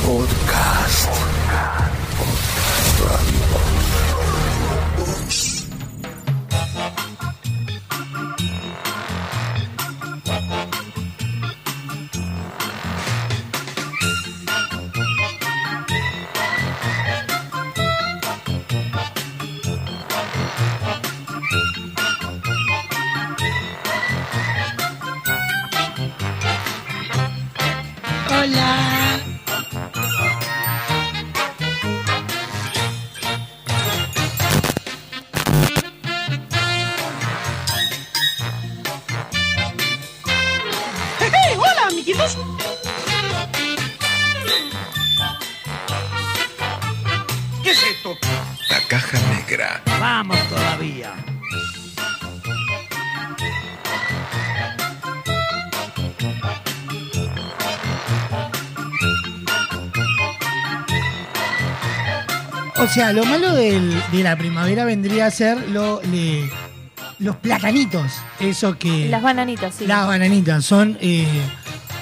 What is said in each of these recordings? Podcast. Hola. Jeje, Hola, amiguitos. ¿Qué es esto? La caja negra. Vamos todavía. O sea, lo malo del- de la primavera vendría a ser lo, le- los platanitos. Eso que. Las bananitas, sí. las bananitas son. eh,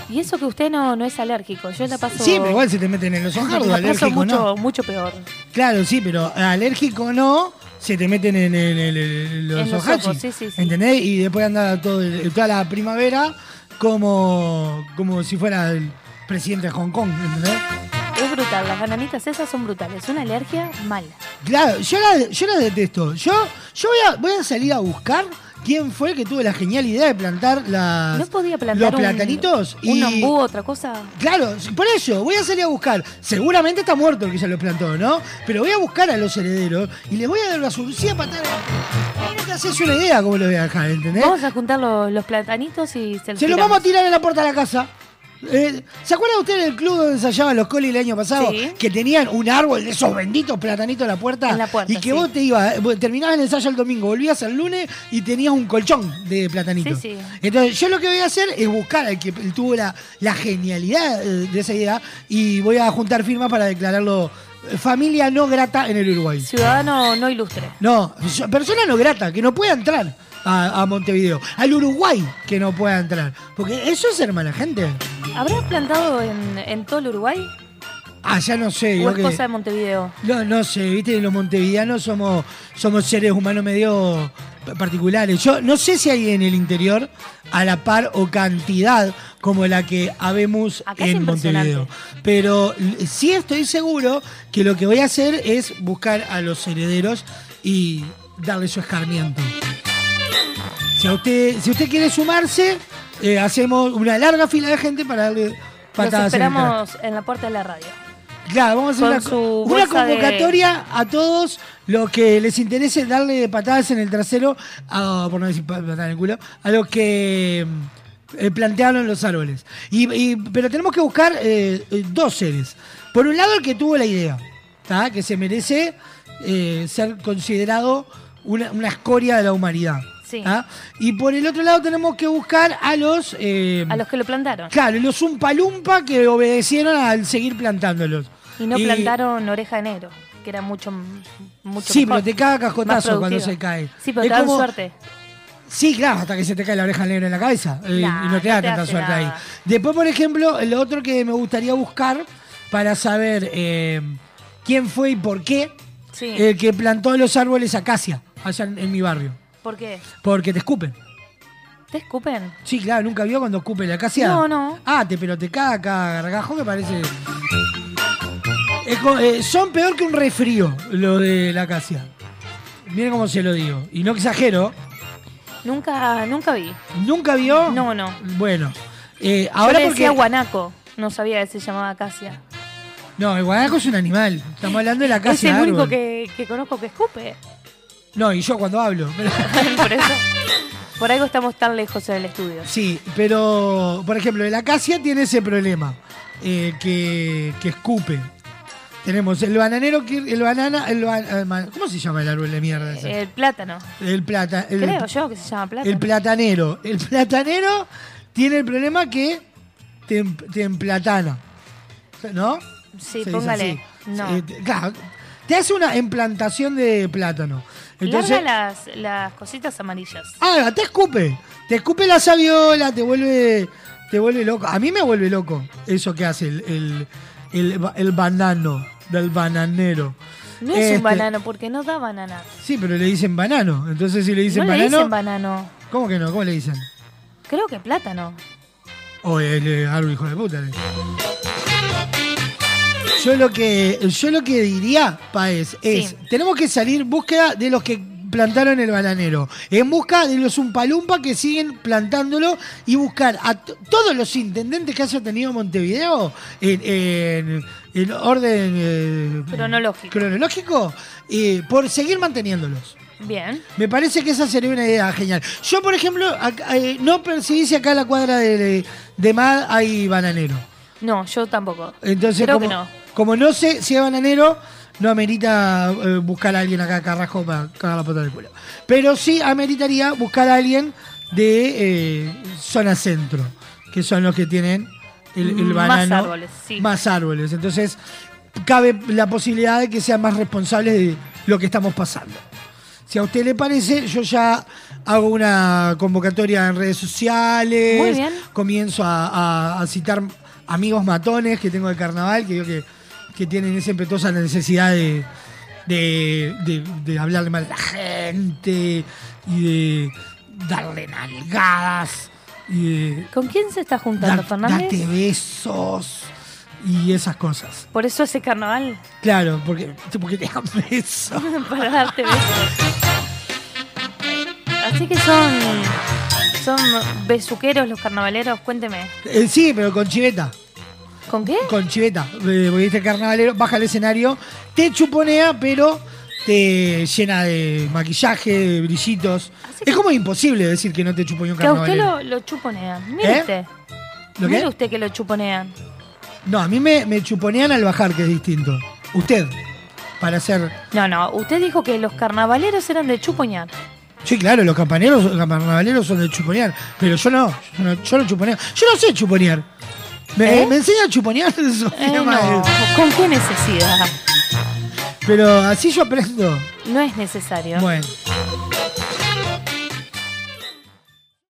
Y eso que usted no, no es alérgico. Yo la paso. sí, pero igual se te meten en los la ojardos. paso Alérgico mucho, no. mucho peor. Claro, sí, pero alérgico no. Se te meten en, el- el- el- los, En los ojachis, ojos, sí, sí, sí. ¿Entendés? Y después anda todo el- toda la primavera como, como si fuera el presidente de Hong Kong. ¿Entendés? Es brutal. Las bananitas esas son brutales. Una alergia mala. Claro, yo la, yo la detesto. Yo, yo voy, a, voy a salir a buscar quién fue que tuvo la genial idea de plantar las, No podía plantar Ah, los un- platanitos. un ombú, otra cosa. Claro, por eso, voy a salir a buscar. Seguramente está muerto el que ya lo plantó, ¿no? Pero voy a buscar a los herederos y les voy a dar una solución para estar. No te haces una idea cómo lo voy a dejar, ¿entendés? Vamos a juntar los, los platanitos y se los ¿Eh? Se lo tiramos. vamos a tirar en la puerta de la casa. Eh, ¿Se acuerdan ustedes del club donde ensayaban los colis el año pasado? Sí. Que tenían un árbol de esos benditos platanitos en la puerta. En la puerta, y que sí. vos te ibas, eh, vos terminabas el ensayo el domingo, volvías el lunes y tenías un colchón de platanitos. Sí, sí. Entonces, yo lo que voy a hacer es buscar al que tuvo la, la genialidad eh, de esa idea y voy a juntar firmas para declararlo eh, familia no grata en el Uruguay. Ciudadano no ilustre. No, yo- persona no grata, que no pueda entrar a, a Montevideo. Al Uruguay que no pueda entrar. Porque eso es hermana gente. ¿Habrá plantado en, en todo el Uruguay? Allá Ah, no sé. ¿O yo es que- cosa de Montevideo? no, no sé, viste, los montevideanos somos, somos seres humanos medio p- particulares. Yo no sé si hay en el interior a la par o cantidad como la que habemos Acá es en impresionante. Montevideo. Pero l- sí estoy seguro que lo que voy a hacer es buscar a los herederos y darle su escarmiento. Si, a usted, si usted quiere sumarse, eh, hacemos una larga fila de gente para darle Los patadas en el cara. esperamos en la puerta de la radio. Claro, vamos a hacer Con una, su co- una bolsa convocatoria a todos los que les interese darle patadas en el trasero, a, por no decir pa- patada en el culo, a los que mm, eh, plantearon los árboles. Y, y- pero tenemos que buscar eh, eh, dos seres. Por un lado, el que tuvo la idea, ¿tá? que se merece eh, ser considerado una, una escoria de la humanidad. Sí. ¿tá? Y por el otro lado, tenemos que buscar a los. eh, A los que lo plantaron. Claro, los umpalumpa que obedecieron al seguir plantándolos. Y no plantaron oreja de negro, que era mucho, mucho Sí, mejor, pero te caga más cascotazo productivo. cuando se cae. Sí, pero Es te dan como- suerte. Sí, claro, hasta que se te cae la oreja negra en la cabeza. eh, Nah, y no te no da te tanta hace suerte ahí. nada. Después, por ejemplo, el otro que me gustaría buscar para saber eh, quién fue y por qué Sí. el que plantó los árboles acacia allá en, en mi barrio. ¿Por qué? Porque te escupen. ¿Te escupen? Sí, claro, nunca vio cuando escupe la acacia. No, no. Ah, te, pero te caga cada gargajo que parece. Es co- eh, son peor que un refrío lo de la acacia. Miren cómo se lo digo. Y no exagero. Nunca, nunca vi. ¿Nunca vio? No, no. Bueno. eh, Ahora ahora le porque. decía guanaco. No sabía que se llamaba acacia. no, el guanaco es un animal. Estamos hablando de la Es acacia. el único árbol. que, que conozco que escupe. No, y yo cuando hablo. pero- Por eso. Por algo estamos tan lejos en el estudio. Sí, pero por ejemplo, el acacia tiene ese problema, eh, que, que escupe. Tenemos el bananero, que el banana, el ba- eh, ma- ¿cómo se llama el árbol de mierda? ese? El plátano. el plata, el, Creo yo que se llama plátano. el platanero. El platanero tiene el problema que te, em- te emplatana, ¿no? Se Sí, dice póngale. así. No. Eh, te- claro, te hace una implantación de plátano. Entonces, Larga las, las cositas amarillas. Ah, te escupe. Te escupe la saviola, te vuelve, te vuelve loco. A mí me vuelve loco eso que hace el, el, el, ba- el banano, del bananero. No es Este, un banano, porque no da banana. Sí, pero le dicen banano. Entonces, si le dicen no banano. le dicen banano. ¿Cómo que no? ¿Cómo le dicen? Creo que plátano. O el eh, árbol hijo de puta. le- Yo lo que, yo lo que diría, Paez, es, Sí. tenemos que salir en búsqueda de los que plantaron el bananero, en busca de los umpalumpa que siguen plantándolo y buscar a t- todos los intendentes que haya tenido Montevideo en, en- en orden eh, Cronológico. cronológico, eh, por seguir manteniéndolos. Bien. Me parece que esa sería una idea genial. Yo, por ejemplo, acá, eh, no percibí si acá en la cuadra de, de, Mad hay bananero. No, yo tampoco. Entonces, Creo como, que no. como no sé si es bananero, no amerita eh, buscar a alguien acá, Carrasco, para cagar la pata del culo. Pero sí ameritaría buscar a alguien de eh, zona centro, que son los que tienen el, el Mm, Más banano. árboles, sí. Más árboles. Entonces, cabe la posibilidad de que sean más responsables de lo que estamos pasando. Si a usted le parece, yo ya hago una convocatoria en redes sociales. Muy bien. Comienzo a, a- a citar amigos matones que tengo de carnaval, que digo que, que tienen esa impetuosa necesidad de, de, de, de hablarle mal a la gente y de darle nalgadas y de ¿Con quién se está dar- juntando, Fernández? date besos y esas cosas. Por eso hace carnaval. Claro, porque, porque te dan besos. para darte besos. Así que son. Son besuqueros los carnavaleros, cuénteme. Eh, sí, pero con chiveta. ¿Con qué? con chiveta, eh, porque viste carnavalero, baja el escenario, te chuponea, pero te llena de maquillaje, de brillitos. Así Es que- como imposible decir que no te chuponeó un Que a usted carnavalero. lo, lo chuponean. Mire ¿Eh? usted. ¿Lo Mire qué? usted que lo chuponean. No, a mí me, me chuponean al bajar, que es distinto. Usted, para hacer... No, no, usted dijo que los carnavaleros eran de chuponear. Sí, claro, los campaneros, los carnavaleros son de chuponear, pero yo no, yo no, yo no chuponeo. Yo no sé chuponear. ¿Me, ¿Eh? me enseña a chuponear? Sofía Eh, no. Maez. ¿Con qué necesidad? Pero así yo aprendo. No es necesario. Bueno,